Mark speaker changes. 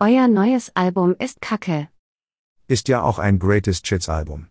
Speaker 1: Euer neues Album ist Kacke.
Speaker 2: Ist ja auch ein Greatest Hits Album.